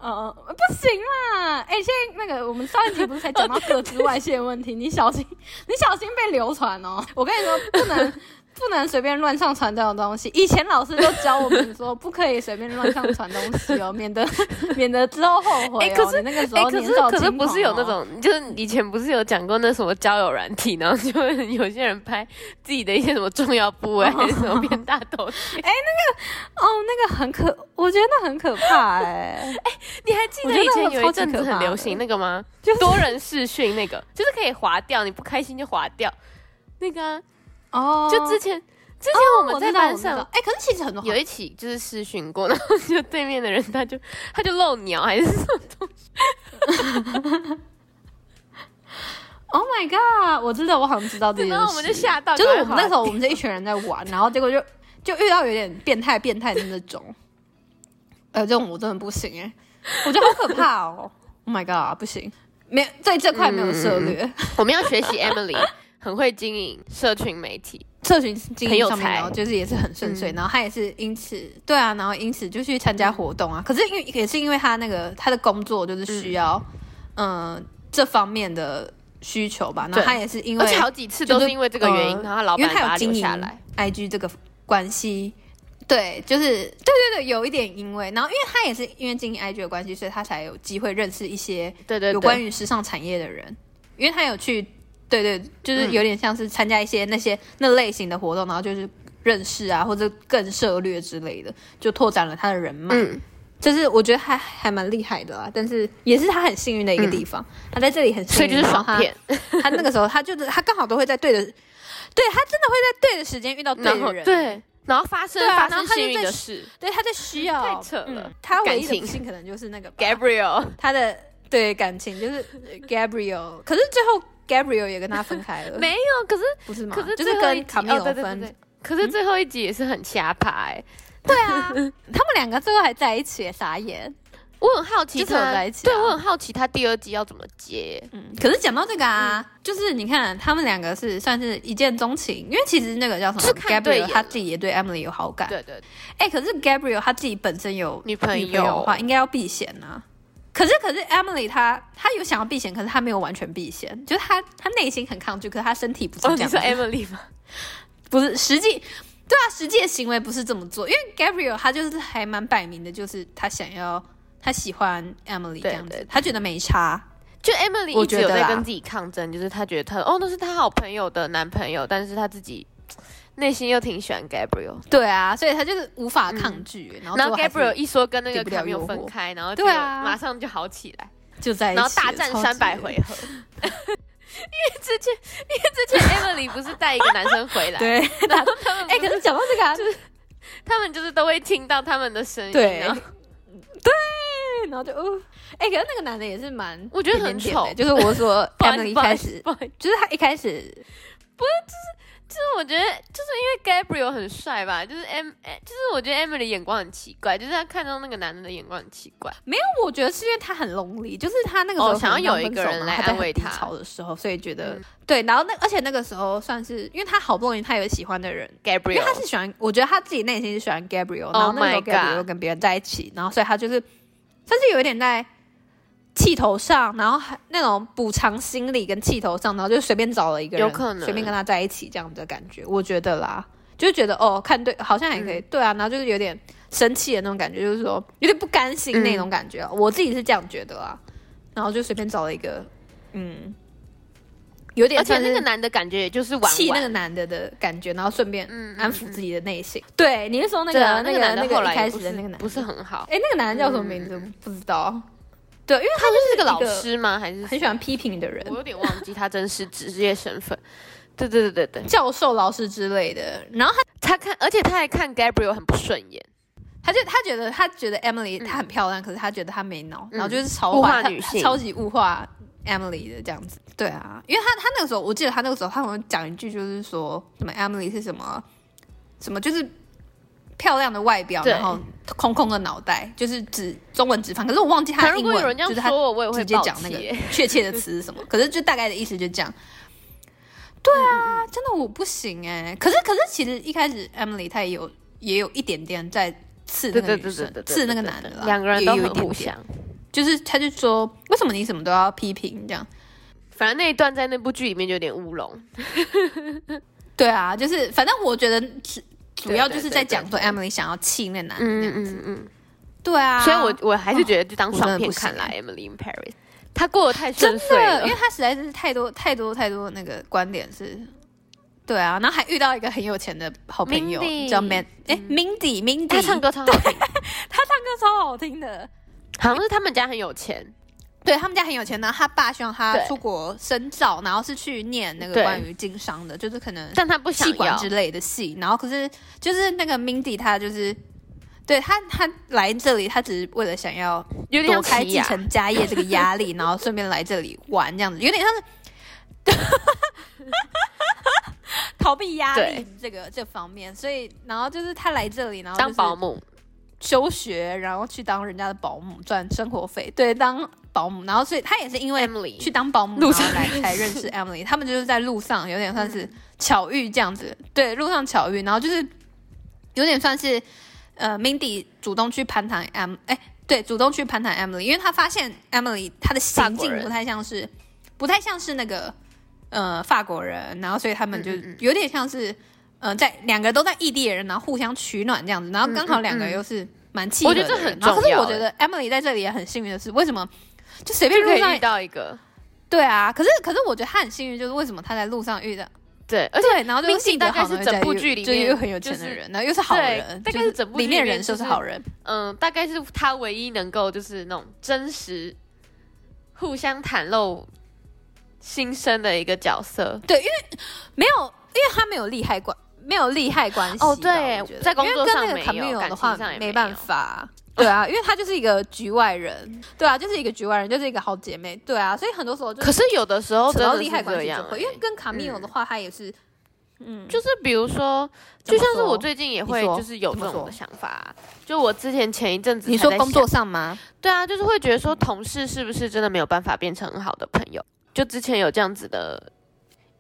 A: 啊
B: 哦，不行啦，哎、现在那个我们上一集不是才讲到各自外泄的问题，你小心，你小心被流传哦，我跟你说不能。不能随便乱上传这种东西。以前老师都教我们说，不可以随便乱上传东西哦，免得 免得之后后悔、哦。
A: 哎可是
B: 你那个时
A: 哎、
B: 候
A: 可
B: 年
A: 是
B: 少轻狂哦、
A: 可是不是有那种，就是以前不是有讲过那什么交友软体，然后就会有些人拍自己的一些什么重要部位，还是什么变大头贴。
B: 哦，那个很可，我觉得那很可怕哎、
A: 你还记
B: 我
A: 得
B: 觉得
A: 以前有一阵
B: 那个超级
A: 子
B: 可怕
A: 很
B: 的
A: 流行那个吗？
B: 就是
A: 多人视讯那个，就是可以划掉，你不开心就划掉。那个、啊，
B: 哦，
A: 就之前、之前我们在班上、
B: 哎、可是其实很多
A: 有一起就是视讯过，然后就对面的人他就他就露鸟还是什么，
B: ，Oh my god，我知道，我好像知道这件
A: 然
B: 事，
A: 后我们就吓 到，
B: 就是我
A: 赶
B: 们
A: 快
B: 那时候
A: 划
B: 我们这一群人在玩，然后结果就就遇到有点变态变态的那种，呃，这种我真的不行哎、我觉得好可怕哦，Oh my god，不行，没在这块没
A: 嗯
B: 有策略，
A: 掉我们要学习 Emily 很会经营社群媒体，
B: 社群经
A: 很
B: 营
A: 有
B: 上面，
A: 才嗯
B: 然后就是也是很顺遂，然后他也是因此，对啊，然后因此就去参加活动啊。可是因为也是因为他那个他的工作就是需要，嗯、这方面的需求吧。然后
A: 对
B: 他也是因为
A: 而且好几次都
B: 就是
A: 因为这个原因，
B: 呃
A: 然后他老
B: 因
A: 板
B: 为
A: 把
B: 他有
A: 他留
B: 经营
A: 下来。
B: IG 这个关系，对，就是对对对，有一点因为，然后因为他也是因为经营 IG 的关系，所以他才有机会认识一些
A: 对对
B: 有关
A: 对，
B: 于时尚产业的人，因为他有去，对对，就是
A: 嗯
B: 有点像是参加一些那些那类型的活动，然后就是认识啊，或者更涉略之类的，就拓展了他的人脉。
A: 嗯，
B: 这是我觉得还还蛮厉害的啦，但是也是他很幸运的一个地方，他在这里很
A: 嗯所
B: 幸
A: 以就
B: 运，
A: 是
B: 然后
A: 爽
B: 他
A: 片，
B: 他那个时候他就是他刚好都会在对的，对他真的会在对的时间遇到对
A: 然后
B: 的人，
A: 对，然后发生
B: 对啊
A: 发
B: 然后
A: 生
B: 他就
A: 幸运
B: 在
A: 的事
B: 对，他在需要
A: 太扯了
B: 嗯他唯一
A: 感
B: 的
A: 情
B: 不幸可能就是那个吧
A: ，Gabriel。
B: 他的对感情就是 Gabriel，可是最后 Gabriel 也跟他分开了，
A: 没有，可是
B: 不是吗？
A: 可是
B: 就
A: 最
B: 是
A: 后一
B: 跟
A: 集
B: 卡米
A: 哦
B: 尔
A: 对对
B: 分， 嗯
A: 对对可是最后一集也是很瞎拍、欸，
B: 对啊，他们两个最后还在一起，傻眼。
A: 我很好奇
B: 就是有
A: 他，
B: 在一起啊
A: 对我很好奇他第二季要怎么接。
B: 嗯，可是讲到这个啊，
A: 嗯
B: 就是你看他们两个是算是一见钟情，因为其实那个叫什
A: 就是
B: 么
A: 看对眼
B: Gabriel 他自己也对 Emily 有好感，
A: 对对，
B: 哎、可是 Gabriel 他自己本身有
A: 女朋友
B: 友的话，应该要避嫌啊。可是可是 Emily 她她有想要避嫌，可是她没有完全避嫌，就是她她内心很抗拒，可是她身体不是
A: 哦，
B: 这
A: 你
B: 样
A: 是
B: 子，
A: Emily 吗？
B: 不是实际对啊，实际的行为不是这么做，因为 Gabriel 他就是还蛮摆明的，就是他想要他喜欢 Emily 这
A: 对
B: 样
A: 对
B: 子，他觉得没差，
A: 就 Emily
B: 我
A: 一直
B: 觉
A: 有
B: 得
A: 在
B: 啦
A: 跟自己抗争，就是她觉得她哦那是她好朋友的男朋友，但是她自己内心又挺喜欢 Gabriel。
B: 对啊，所以他就是无法抗拒，然后
A: 嗯然
B: 最后
A: 后 Gabriel
B: 还是
A: 一说跟那个
B: 抵不了
A: Camille
B: 诱惑
A: 分开，然后
B: 对啊
A: 就马上就好起来，
B: 就在一起
A: 然
B: 了，
A: 后大战
B: 超级
A: 三百回合。 因为之前，因为之前 Emily 不是带一个男生回来，
B: 对，
A: 然后他们
B: 哎、可是讲到这个、啊，
A: 他们就是都会听到他们的声音，
B: 对
A: 然后
B: 对然后就哦，哎、可是那个男的也是蛮，
A: 我觉得很
B: 点点的
A: 丑
B: 就是我说
A: 不好意
B: Emily
A: 思
B: 一
A: 不好
B: 开始，
A: 意思不好意思
B: 就是他一开始，
A: 就是我觉得，就是因为 Gabriel 很帅吧，就是 Em，哎就是我觉得 Emily 眼光很奇怪，就是她看到那个男的的眼光很奇怪。
B: 但我觉得是因为他很 lonely，就是他那个时候、
A: 哦想要有一个人来安慰他
B: 他，潮的时候，所以觉得、
A: 嗯
B: 对，然后那而且那个时候算是，因为他好不容易他有喜欢的人。因为
A: Gabriel，
B: 他是喜欢，我觉得他自己内心是喜欢 Gabriel，、
A: Oh
B: 然后那个时候
A: my god
B: Gabriel 又跟别人在一起，然后所以他就是，算是有一点在气头上，然后还那种补偿心理跟气头上，然后就随便找了一个人，
A: 有可能
B: 随便跟他在一起这样的感觉，我觉得啦，就是觉得哦，看对好像也
A: 嗯
B: 可以、对啊，然后就是有点生气的那种感觉，就是说有点不甘心那种
A: 嗯
B: 感觉，我自己是这样觉得啊，然后就随便找了一个，嗯，有点
A: 而且
B: 像是
A: 那个男的感觉也就是玩
B: 气那
A: 玩
B: 个，男的的感觉，然后顺便
A: 嗯嗯
B: 安抚自己的内心。对，你是说那
A: 对
B: 个、
A: 啊，
B: 那
A: 个
B: 个
A: 男的
B: 那
A: 后
B: 个
A: 来
B: 一开
A: 也
B: 始
A: 不
B: 的那
A: 是
B: 个男的？
A: 不是嗯很好，
B: 哎、那个男的叫什么名字？不知道。对，因为他
A: 他就是个老
B: 一个
A: 师吗？还是
B: 很喜欢批评的人
A: 我，有点忘记他真实职业身份。对对对对对，
B: 教授、老师之类的。然后他
A: 他看，而且他还看 Gabriel 很不顺眼，
B: 他就他觉得他觉得 Emily 她很漂亮，可是他觉得她没脑，
A: 嗯
B: 然后就是超
A: 物化
B: 她
A: 女性
B: 超级物化 Emily 的这样子。对啊，因为他他那个时候，我记得他那个时候，他好像讲一句就是说什么 Emily 是什么什么，就是漂亮的外表，
A: 对
B: 然后空空的脑袋，就是指中文直翻。可是我忘记
A: 可
B: 他
A: 是
B: 的
A: 如
B: 英
A: 果有
B: 文，
A: 人
B: 就
A: 这
B: 是
A: 样
B: 他
A: 说我，我也会
B: 直接
A: 暴
B: 讲那
A: 气
B: 个
A: 耶
B: 确切的词是 什么。可是就大概的意思就这样。对啊，真的我不行哎、可是可是其实一开始 Emily 她也有也有一点点在刺那
A: 对
B: 个
A: 对
B: 女
A: 对对
B: 生
A: 对，，
B: 刺那个
A: 对
B: 男的
A: 对
B: 啦，
A: 两个人
B: 也
A: 都
B: 有一
A: 很
B: 点
A: 互
B: 点
A: 相。
B: 就是他就说为什么你什么都要批评这样？
A: 反正那一段在那部剧里面就有点乌龙，
B: 对啊，就是反正我觉得主主要就是在讲说
A: 对对
B: Emily 想要气那男的这
A: 嗯
B: 样
A: 嗯嗯
B: 对啊，
A: 所以我我还是觉得就当
B: 我
A: 爽
B: 真的
A: 片
B: 不行
A: 看啦，《Emily in Paris》，她过得太顺
B: 真
A: 遂
B: 的，
A: 了
B: 因 为，他实在是太多太多太多那个观点是，对啊，然后还遇到一个很有钱的好朋友
A: Mindy 嗯
B: 叫 Man，哎、m i n d y Mindy，
A: 她唱歌超好听，
B: 歌超好听的。
A: 好像是他们家很有钱，
B: 对他们家很有钱，然后他爸希望他
A: 对
B: 出国深造，然后是去念那个
A: 对
B: 关于经商的，就是可能
A: 但她不想
B: 气管
A: 要
B: 之。类的戏，然后可是就是那个 Mindy 她就是，对她她来这里，她只是为了想要
A: 有
B: 躲
A: 点像
B: 开
A: 奇
B: 继
A: 亚，
B: 承家业这个压力，然后顺便来这里玩这样子，有点像是逃避压力
A: 对
B: 这个这方面，所以然后就是她来这里，然后
A: 当保
B: 姆
A: 姆，
B: 休学，然后去当人家的保姆赚生活费，对，当保姆，然后所以她也是因为
A: Emily
B: 去当保姆，
A: 路
B: 然
A: 上嗯
B: 后来
A: 认识
B: 才认 识 Emily。他们就是在路上，有点算是巧遇这样子。对，路上巧遇，然后就是有点算是呃，Mindy 主动去攀谈 Em，哎、对，主动去攀谈 Emily，因为他发现 Emily 她的
A: 法
B: 行
A: 国
B: 径
A: 人
B: 不太像是，不太像是那个呃法国人，然后所以他们就
A: 嗯嗯嗯
B: 有点像是。呃，在两个都在异地的人，然后互相取暖这样子，然后刚好两个
A: 嗯嗯嗯
B: 又是蛮契合
A: 我
B: 的
A: 觉
B: 人，
A: 得这很
B: 然后可是
A: 重要欸
B: 我觉得 Emily 在这里也很幸运的是，为什么就随便
A: 就
B: 路
A: 可
B: 上
A: 以遇到一个
B: 对啊，可是可是我觉得他很幸运，就是为什么他在路上遇到，
A: 对，而且
B: 对，然后就是
A: 明星
B: 性格
A: 大概
B: 好
A: 是
B: 然后
A: 整
B: 又
A: 部
B: 又
A: 剧里
B: 就是
A: 面
B: 又很有钱的
A: 就是
B: 人，然后又是好
A: 对
B: 人，
A: 大概
B: 就是
A: 整部剧
B: 里面
A: 里面
B: 人就
A: 就
B: 是
A: 是
B: 好人，
A: 嗯，大概是他唯一能够就是那种真实互相袒露心声的一个角色。
B: 没有，因为他没有利害关，没有利害关系吧。
A: 哦对
B: 我觉得
A: 在工作上
B: 因为跟
A: 没
B: 那个 Camille
A: 有感
B: 的
A: 情
B: 话
A: 上也没有
B: 没办法。对啊，因为他就是一个局外人，对啊，就是一个局外人，就是一个好姐妹，对啊，所以很多时候就
A: 可是有的时候
B: 扯
A: 真
B: 到
A: 的
B: 利
A: 是
B: 害关
A: 这
B: 系就
A: 样、欸
B: 会，因为跟卡米尔的话，他也是，嗯，
A: 就是比如说，
B: 怎
A: 就
B: 么
A: 像是
B: 说
A: 我最近也会
B: 你说
A: 就是有这
B: 怎么
A: 种
B: 说
A: 的想法啊、就我之前前一阵子
B: 你
A: 才
B: 说
A: 在
B: 工
A: 想
B: 作上吗？
A: 对啊，就是会觉得说同事是不是真的没有办法变成很好的朋友？就之前有这样子的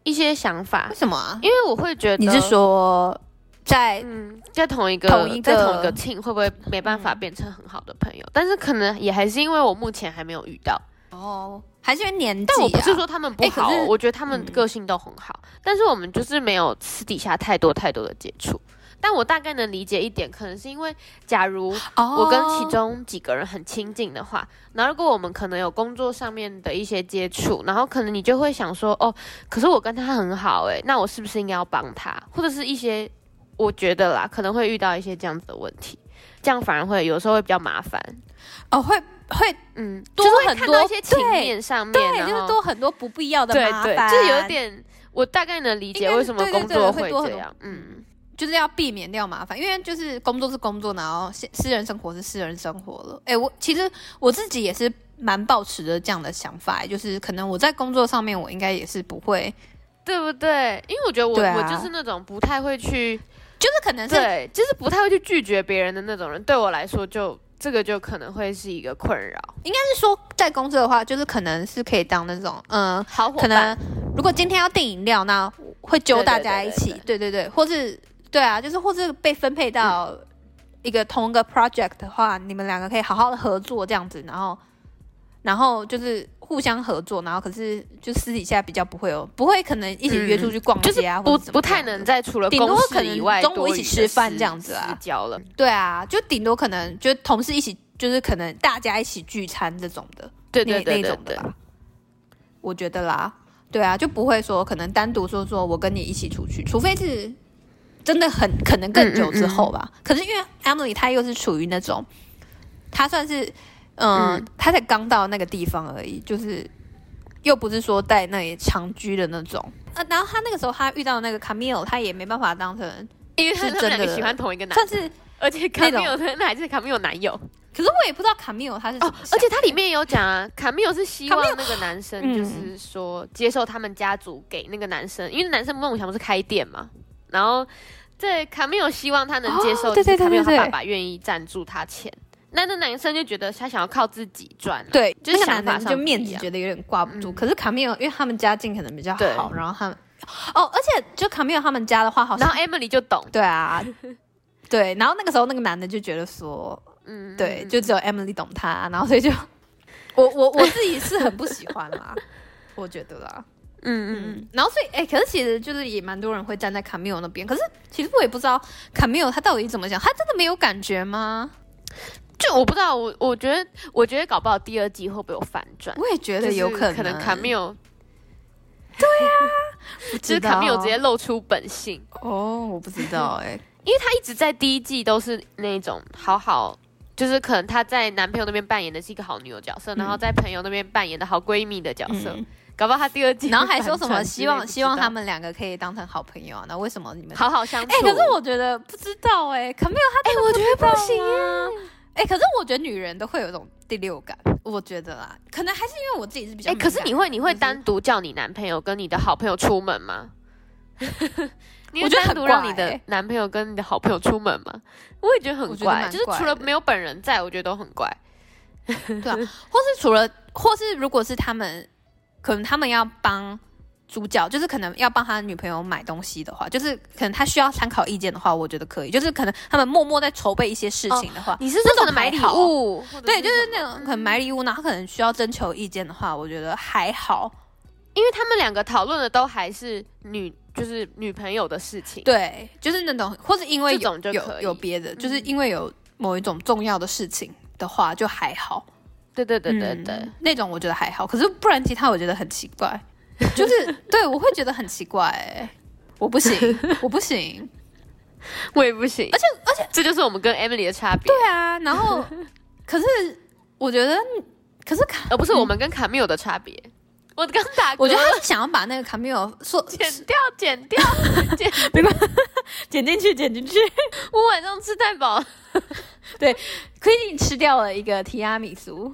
A: 一些想法
B: 为，什么啊？
A: 因为我会觉得
B: 你是说在
A: 嗯，在同一个
B: 同一个嗯
A: 在同一个 team 会不会没办法变成很好的朋友？但是可能也还是因为我目前还没有遇到。
B: 哦，还是因为年纪啊？
A: 但我不是说他们不
B: 哎可
A: 好哦、
B: 是
A: 我觉得他们
B: 嗯
A: 个性都很好，但是我们就是没有私底下太多太多的接触。但我大概能理解一点，可能是因为假如
B: 哦，
A: 我跟其中几个人很亲近的话，然后如果我们可能有工作上面的一些接触，然后可能你就会想说，哦，可是我跟他很好诶、那我是不是应该要帮他？或者是一些我觉得啦，可能会遇到一些这样子的问题，这样反而会有时候会比较麻烦，
B: 哦会会
A: 嗯，
B: 多
A: 就是会
B: 很
A: 看
B: 多
A: 到一些情
B: 对
A: 面上面，
B: 对，
A: 然
B: 就是
A: 后
B: 多很多不必要的麻
A: 对
B: 烦，
A: 对，就是有点。我大概能理
B: 应
A: 解
B: 该是
A: 为什么
B: 对对
A: 工
B: 对
A: 作
B: 会
A: 会
B: 多很
A: 这
B: 多
A: 样，嗯，
B: 就是要避免掉麻烦，因为就是工作是工作，然后私私人生活是私人生活了。哎、我其实我自己也是蛮抱持着这样的想法，就是可能我在工作上面，我应该也是不会，
A: 对不对？因为我觉得我、
B: 对啊
A: 我就是那种不太会去
B: 就是可能是
A: 对，就是不太会去拒绝别人的那种人，对我来说就这个就可能会是一个困扰。
B: 是说在公司的话，就是可能是可以当那种嗯、呃
A: 好伙
B: 可能如果今天要订饮料，那会揪
A: 对对
B: 大家
A: 对
B: 一
A: 对
B: 起，对对对，或是对啊，就是或是被分配到一个同一个 project 的话，你们两个可以好好的合作这样子，然后然后就是互相合作，然后可是就私底下比较不会有，不会可能一起约出去逛
A: 嗯就是
B: 街啊，
A: 不
B: 或者怎么
A: 不太
B: 样的
A: 能在除了
B: 顶多
A: 公
B: 可
A: 事
B: 能
A: 以外
B: 中午
A: 多
B: 一起
A: 余
B: 吃
A: 的
B: 饭
A: 私
B: 这样子啊
A: 私交了。
B: 对啊，就顶多可能就同事一起，就是可能大家一起聚餐这种的。
A: 对
B: 那
A: 对对
B: 那
A: 对
B: 种的
A: 对，
B: 吧。我觉得啦，对啊，就不会说可能单独说说我跟你一起出去，除非是真的很可能更久之后
A: 嗯
B: 吧。可是因为 Emily 她又是处于那种，她算是、嗯
A: 嗯，
B: 她才刚到那个地方而已，就是又不是说在那里长居的那种。啊，然后她那个时候她遇到那个 Camille，她也没办法当成
A: 因为他
B: 是
A: 们
B: 真
A: 两
B: 的
A: 个喜欢同一个男，
B: 算是，
A: 而且卡
B: 那
A: 米
B: 种
A: 尔的那还是卡米尔男友
B: 可是我也不知道 Camille 她是怎
A: 哦
B: 么，想
A: 而且它里面也有讲啊，卡米尔是希望
B: Camille-
A: 那个男生
B: 嗯
A: 就是说接受他们家族给那个男生，因为男生梦想不是开店嘛，然后对卡米有希望他能接受，
B: 哦对对对
A: 就是卡米有
B: 对对
A: 他爸爸愿意赞助他钱。那那男生就觉得他想要靠自己赚、啊，
B: 对，
A: 就是
B: 那个
A: 想法
B: 男的
A: 上
B: 就
A: 不
B: 面
A: 一
B: 子
A: 样
B: 觉得有点挂不住。
A: 嗯
B: 可是卡米尔，因为他们家境可能比较
A: 对
B: 好，然后他们哦，而且就卡米尔他们家的话，好
A: 然
B: 像
A: 后 Emily 就懂，
B: 对 啊，对，然后那个时候那个男的就觉得说，
A: 嗯，
B: 对，
A: 嗯
B: 就只有 Emily 懂他，然后所以就 我我我自己是很不喜欢啦， 我觉得啦，
A: 嗯嗯嗯，
B: 嗯，然后所以哎、可是其实就是也蛮多人会站在卡米尔那边，可是其实我也不知道卡米尔他到底怎么想，他真的没有感觉吗？
A: 就我不知道，我我觉得我觉得搞不好第二季会不会有反转，
B: 我也觉得
A: 就是
B: 有
A: 可
B: 能，啊
A: 卡米尔
B: 不
A: 就
B: 知
A: 是
B: 道
A: 卡米尔直接露出本性，
B: 哦，我不知道哎、
A: 因为他一直在第一季都是那种好好。就是可能她在男朋友那边扮演的是一个好女友角色，然后在朋友那边扮演的好闺蜜的角色，
B: 嗯
A: 搞不好她第二季
B: 然后还
A: 会
B: 说什么
A: 反转之
B: 希
A: 类
B: 望
A: 不知
B: 希望
A: 道
B: 他们两个可以当成好朋友啊？那为什么你们？
A: 好好相处。
B: 哎、可是我觉得不知道哎、可没有他哎、我觉得不行啊。哎、可是我觉得女人都会有一种第六感，我觉得啦，可能还是因为我自己是比较
A: 哎、
B: 敏
A: 可
B: 感的。
A: 是你会你会
B: 就是
A: 单独叫你男朋友跟你的好朋友出门吗？ 你
B: 我
A: 会
B: 觉得
A: 单
B: 很
A: 独让
B: 怪
A: 你的
B: 欸
A: 男朋友跟你的好朋友出门吗？我也觉得很
B: 我觉得
A: 怪，
B: 蛮
A: 就是
B: 怪
A: 除了
B: 的
A: 没有本人在，我觉得都很怪。
B: 或是除了，或是如果是他们，可能他们要帮主角，就是可能要帮他女朋友买东西的话，就是可能他需要参考意见的话，我觉得可以。就是可能他们默默在筹备一些事情的话，
A: 你是说可
B: 种
A: 能买
B: 还
A: 礼
B: 好
A: 物？或者
B: 对，就是
A: 什么
B: 那种可能买礼物，然后可能需要征求意见的话，我觉得还好。
A: 因为他们两个讨论的都还是女，就是女朋友的事情。
B: 对，就是那种，或是因为
A: 这种
B: 有
A: 就可
B: 有
A: 以嗯
B: 有别的，就是因为有某一种重要的事情的话，就还好。
A: 对对对对
B: 嗯
A: 对，
B: 那种我觉得还好。可是不然其他我觉得很奇 怪，就是对我会觉得很奇怪、欸，我不行， 我不行。
A: 我也不行。而且而且，这就是我们跟 Emily 的差别，
B: 对啊，然 后可是我觉得，可是卡，
A: 而不是我们跟卡缪的差别。我刚打嗝，
B: 我觉得他是想要把那个卡米尔 说
A: 剪掉剪掉。
B: 剪进去，剪进去。
A: 我晚上吃太 饱，
B: 可以吃掉了一个提拉米苏，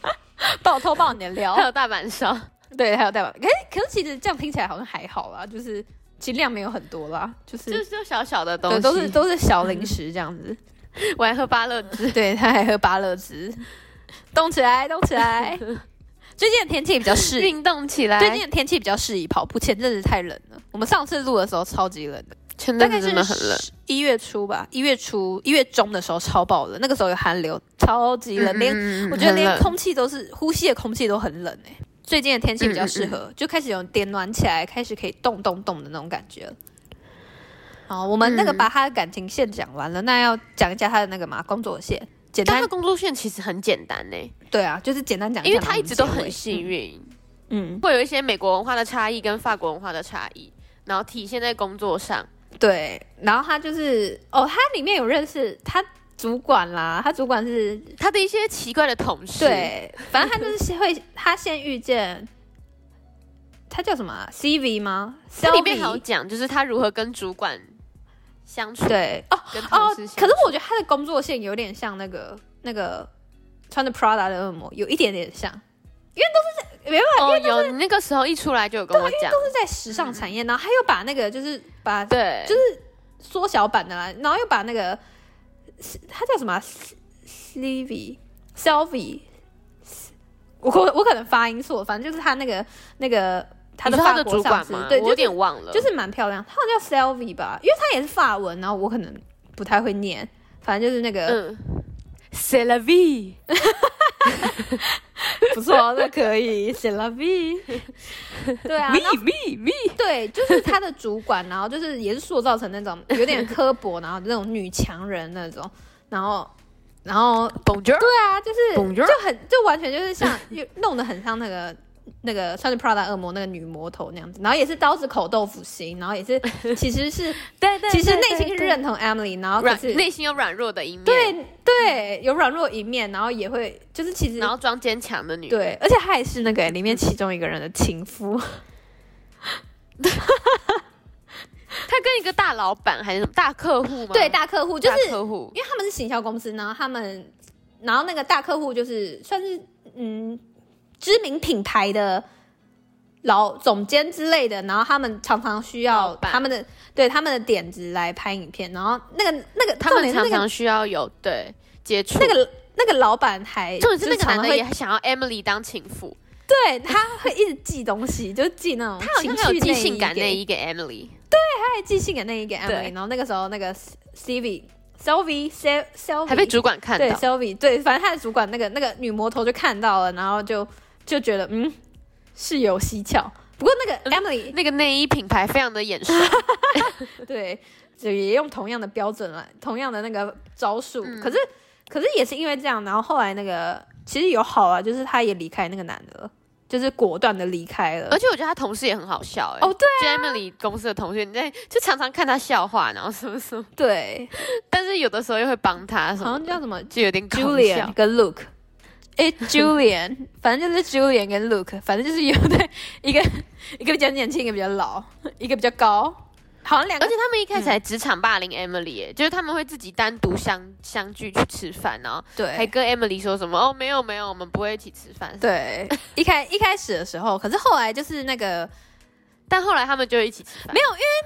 B: 爆偷爆你的 料
A: 还。有大阪烧。
B: 对，还有带碗。可是可是其实这样听起来好像还好啦，就是其实量没有很多啦，就是
A: 就是就小小的东
B: 对，
A: 西，
B: 都是都是小零食这样 子。
A: 我还喝芭乐汁。
B: 对，他还喝芭乐汁，动起来，动起 来。最近的天气比较适宜，
A: 运动起来，
B: 最近的天气比较适宜跑步。前阵子太冷了，我们上次录的时候超级冷的，
A: 前
B: 大
A: 阵
B: 概
A: 子
B: 是
A: 真的很冷，
B: 一月初吧，一月初、一月中的时候超爆冷，那个时候有寒流，超级冷，连
A: 嗯
B: 我觉得连
A: 很冷
B: 空气都是呼吸的空气都很冷哎、最近的天气比较适合，就开始有点暖起来，开始可以动动动的那种感觉了。好，我们那个把他的感情线讲完了，那要讲一下他的那个嘛工作线，简
A: 但
B: 单
A: 他工作线其实很简单呢，
B: 对啊，就是简单讲一下，
A: 因为他一直都
B: 然后我
A: 很
B: 们
A: 幸
B: 结尾，
A: 运，
B: 嗯，
A: 会有一些美国文化的差异跟法国文化的差异，然后体现在工作上。
B: 嗯对。然后他就是哦，他里面有认识他主管啦，他主管是
A: 他的一些奇怪的同事，，
B: 对，反正他就是先会，他先遇见，他叫什么啊、CV 吗？
A: 它里面
B: Selvi
A: 还有讲，就是他如何跟主管相处，，
B: 对哦
A: 跟同
B: 哦
A: 事，相
B: 可
A: 处。
B: 是我觉得他的工作线有点像那个那个穿着 Prada 的恶魔，有一点点像，因为都是在没办法，
A: 哦，有你那个时候一出来就有跟我讲，
B: 都是在时尚产
A: 嗯
B: 业，然后他又把那个就是把
A: 对，
B: 就是缩小版的啊啦，然后又把那个他叫什么、啊、Slivy Selvi，我可我可能发音错，反正就是他那个那个他的
A: 你说
B: 法
A: 他的
B: 国
A: 主
B: 上
A: 管
B: 司
A: 嘛，，
B: 对，
A: 我
B: 就
A: 有
B: 是
A: 点忘了，
B: 就是蛮漂亮，他好像叫 Selvi 吧，因为他也是法文，然后我可能不太会念，反正就是那个、
A: 嗯 c e l a v i
B: 不错，那可 以 Selvi，对啊，然后
A: me me，
B: 对，就是他的主管，然后就是也是塑造成那种有点刻薄，然后那种女强人那种，然后然后
A: 蹦啾，
B: 对啊， 就是
A: ，Bonjour
B: 就很就完全就是像又弄得很像那个那个穿着 Prada 恶魔那个女魔头那样子，然后也是刀子口豆腐心，然后也是其实是
A: 对 对
B: 其实内心是认同 Emily，然后可
A: 软
B: 是
A: 内心有软弱的一面，
B: 对对有软弱一面，然后也会就是其实
A: 然后装坚强的女人，
B: 对，而且他也是那个里面其中一个人的情夫，
A: 嗯她跟一个大老板还是什么大客户吗？
B: 对大客户，就是
A: 大客户，
B: 因为他们是行销公司，然后他们，然后那个大客户就是算是嗯知名品牌的老总监之类的，然后他们常常需要
A: 老板
B: 他们的对他们的点子来拍影片，然后那个那个
A: 他
B: 重
A: 们
B: 点是
A: 常
B: 那个
A: 常需要有对接触。
B: 那个那个老板还
A: 重点是那
B: 就
A: 个
B: 常
A: 男
B: 常
A: 的
B: 会
A: 也想要 Emily 当情妇，
B: 对他会一直寄东西，就寄那种
A: 他好
B: 情
A: 像
B: 趣
A: 还有寄
B: 内
A: 性
B: 衣
A: 感
B: 给
A: 内衣给 Emily，
B: 他还寄信给那一个 Emily，
A: 对
B: 然后那个时候那个 Stevie、Sylvie、Sel- Sylvie
A: 还被主管看
B: 对
A: 到。
B: Sylvie 对，反正他的主管那个那个女魔头就看到了，然后就就觉得嗯是有蹊跷。不过
A: 嗯
B: 那个 Emily、
A: 那个内衣品牌非常 的眼熟，
B: 对，就也用同样的标准来同样的那个招数，
A: 嗯
B: 可是可是也是因为这样，然后后来那个其实有好啊，就是他也离开那个男的了，就是果断的离开了
A: 而。且我觉得他同事也很好笑哎、
B: 哦，对
A: 就 Emily 公司的同学，你在就常常看他笑话，然后什么什么，
B: 对，
A: 但是有的时候又会帮他什
B: 好
A: 么
B: 像
A: 的，
B: 叫什么
A: 就有点搞笑
B: Julian 跟 Luke。哎、j u l i a n 反正就是 Julian 跟 Luke，反正就是有对 一个一个比较年轻，一个比较老，一个比较高，好像两个
A: 而且他们一开始还职场霸凌 Emily，、欸就是他们会自己单独相相聚去吃饭，然后
B: 对
A: 还跟 Emily 说什么哦没有没有，我们不会一起吃饭。，
B: 对，一开一开始的时候，可是后来就是那个
A: 但后来他们就一起吃饭。
B: 没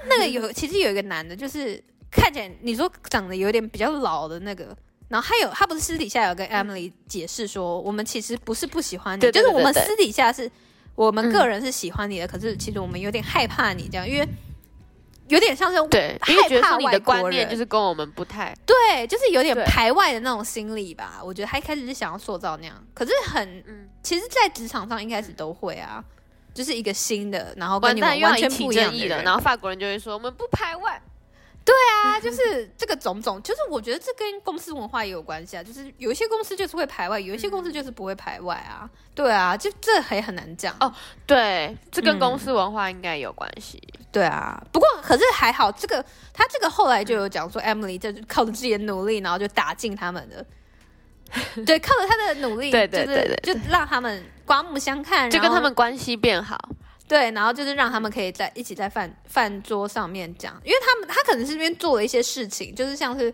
B: 那个有，其实有一个男的，就是看起来你说长得有点比较老的那个，然后他有他不是私底下有跟 Emily 解释说，我们其实不是不喜欢你，
A: 嗯对对
B: 就是我们
A: 对对对
B: 私底下是我们
A: 嗯
B: 个人是喜欢你的，可是其实我们有点害怕你这样，因为有点像是
A: 对，因为觉得
B: 害怕
A: 说你的
B: 外国
A: 观念
B: 人
A: 就是跟我们不太，
B: 对，就是有点
A: 对
B: 排外的那种心理吧。我觉得他一开始是想要塑造那样，可是很
A: 嗯，
B: 其实，在职场上一开始都会啊。就是一个新的，然后跟
A: 完
B: 你
A: 蛋
B: 们
A: 又要
B: 完
A: 引
B: 全
A: 起
B: 不一样
A: 争
B: 的
A: 议了。
B: 人
A: 然后法国人就会说我们不排外，
B: 啊，就是这个种种，就是我觉得这跟公司文化也有关系啊。就是有一些公司就是会排外，有一些公司就是不会排外啊。对啊，就这还很难讲。
A: 哦对，这
B: 嗯
A: 跟公司文化应该有关系。
B: 对啊，不过可是还好，这个他这个后来就有讲说，Emily 就是靠着自己的努力，然后就打进他 们的。对，靠着他的努力，
A: 对对对
B: 就是就让他们刮目相看，
A: 就
B: 然
A: 跟
B: 后
A: 他们关系变好，
B: 对，然后就是让他们可以在一起在饭饭桌上面讲，因为他们他可能是这边做了一些事情，就是像是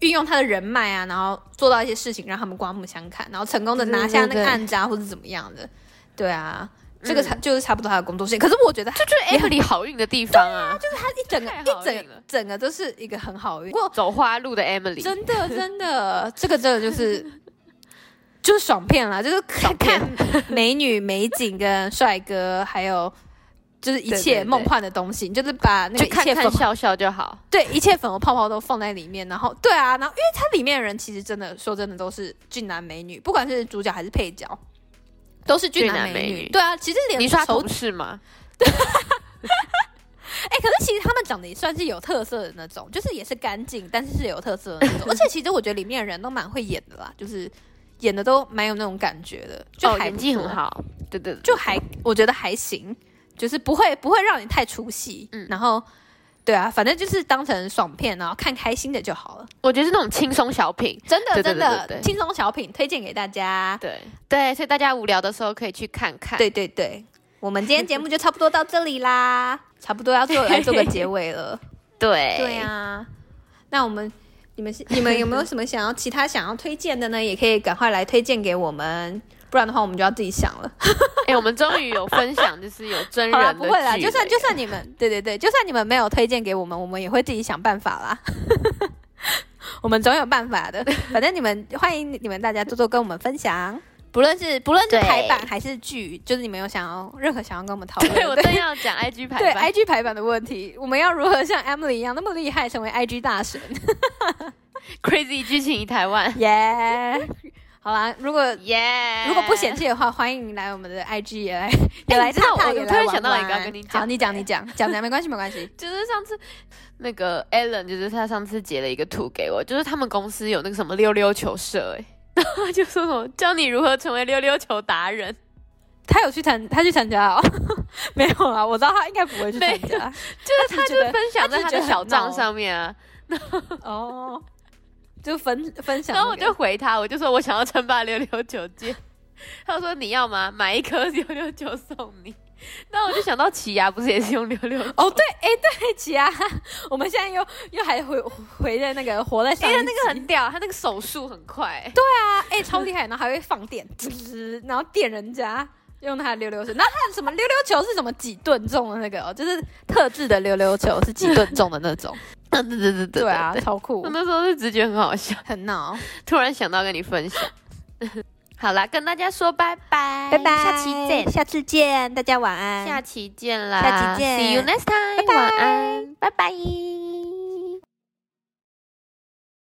B: 运用他的人脉啊，然后做到一些事情让他们刮目相看，然后成功的拿下那
A: 对对
B: 个
A: 对
B: 案子啊，或者怎么样的。对啊，这个
A: 嗯
B: 差、就是差不多他的工作线。可是我觉得他
A: 这就是 Emily 好运的地方啊，就是
B: 一整个
A: 太
B: 一
A: 好
B: 整
A: 运了
B: 整个都是一个很好运，不过
A: 走花路的 Emily，
B: 真的真的，这个真的就是 就是爽片啦，就是看看 美女、美景跟帅哥，还有。就是一
A: 对
B: 切
A: 对对
B: 梦幻的东西，你就是把那个
A: 就
B: 一
A: 看
B: 切
A: 看
B: 粉
A: 笑笑就好。
B: 对一切粉红泡泡都放在里面，然后对啊，然后因为它里面的人其实真的说真的都是俊男美女，不管是主角还是配角，都是俊
A: 俊
B: 男
A: 男美
B: 女。
A: 女
B: 对啊，其实连
A: 你说他
B: 丑
A: 同事吗？
B: 哎、可是其实他们长得也算是有特色的那种，就是也是干净，但是是有特色的 那种。而且其实我觉得里面的人都蛮会演的啦，就是演的都蛮有那种感觉的，就
A: 哦，
B: 还、
A: 演技很，好，对对对，
B: 就还我觉得还行，就是不会不会让你太出戏。嗯
A: 嗯，
B: 然后对啊，反正就是当成爽片，然后看开心的就好了。
A: 我觉得是那种轻松小品。
B: 真的
A: 对对
B: 真的
A: 对对对
B: 轻松小品推荐给大家。
A: 对对，所以大家无聊的时候可以去看看。
B: 对对对，我们今天节目就差不多到这里啦，差不多要做来做个结尾了。
A: 对
B: 对啊，那我们你们是你们有没有什么想要其他想要推荐的呢？也可以赶快来推荐给我们，不然的话我们就要自己想了。
A: 哎、我们终于有分享，就是有 真
B: 好啦，
A: 人的
B: 不会啦，
A: 剧
B: 就算
A: 了
B: 就算你 们对对对，就算你们没有推荐给我们，我们也会自己想办法啦。 我们总有办法 的，反正你们欢迎你们大家多多跟我们分享，不论是不论是
A: 对
B: 排版还是剧，就是你们有想要任何想要跟我们讨论的，
A: 对我正要讲 IG 排
B: 对
A: 版，
B: IG 排版的问题，我们要如何像 Emily 一样那么厉害，成为 IG 大 神？
A: Crazy 剧情一台湾，
B: 耶、好啦，如果
A: 耶、
B: 如果不嫌弃的话，欢迎来我们的 IG 也来也来
A: 你知
B: 探
A: 道
B: 探，
A: 我
B: 也
A: 我
B: 来
A: 突然
B: 玩
A: 想到一个
B: 玩
A: 要跟你
B: 好，
A: 讲
B: 你讲你讲讲讲，没关系没关系。
A: 就是上次那个 Alan，就是他上次截了一个图给我，就是他们公司有那个什么溜溜球社、哎，然后他 就说什么教你如何成为溜溜球达人，
B: 他有去参，他去参加哦？ 没有啊，我知道他应该不会去参加。
A: 就是他
B: 他只
A: 就是
B: 觉得
A: 分享在
B: 他
A: 他
B: 只觉
A: 的
B: 得
A: 小
B: 很闹
A: 账上面啊，
B: 哦，就分 分享那个、
A: 然后我就回他，我就说我想要称霸溜溜球界， 他说你要吗？买一颗溜溜球送你。那我就想到奇亚不是也是用溜溜 球？
B: 哦，对，哎，对，奇啊，我们现在又又还回回在那个活在上
A: 哎、
B: 一
A: 他
B: 集
A: 那个很屌，他那个手速很快、
B: 对啊，哎，超厉害，然后还会放电，滋滋，然后电人家，用他的溜溜球，那他的什么溜溜球是什么几吨重的那个哦，就是特制的溜溜球，是几吨重的那种。
A: 对对对对 对
B: 对啊，
A: 对
B: 超酷
A: 我，那时候是直觉很好笑，
B: 很闹。
A: 突然想到跟你分享。 好啦，跟大家说拜拜，
C: 拜拜，
A: 下期见，
C: 下次见，大家晚安，
A: 下期见啦，
C: 下期见
A: ，See you next time，
C: 拜拜
A: 晚安，拜拜。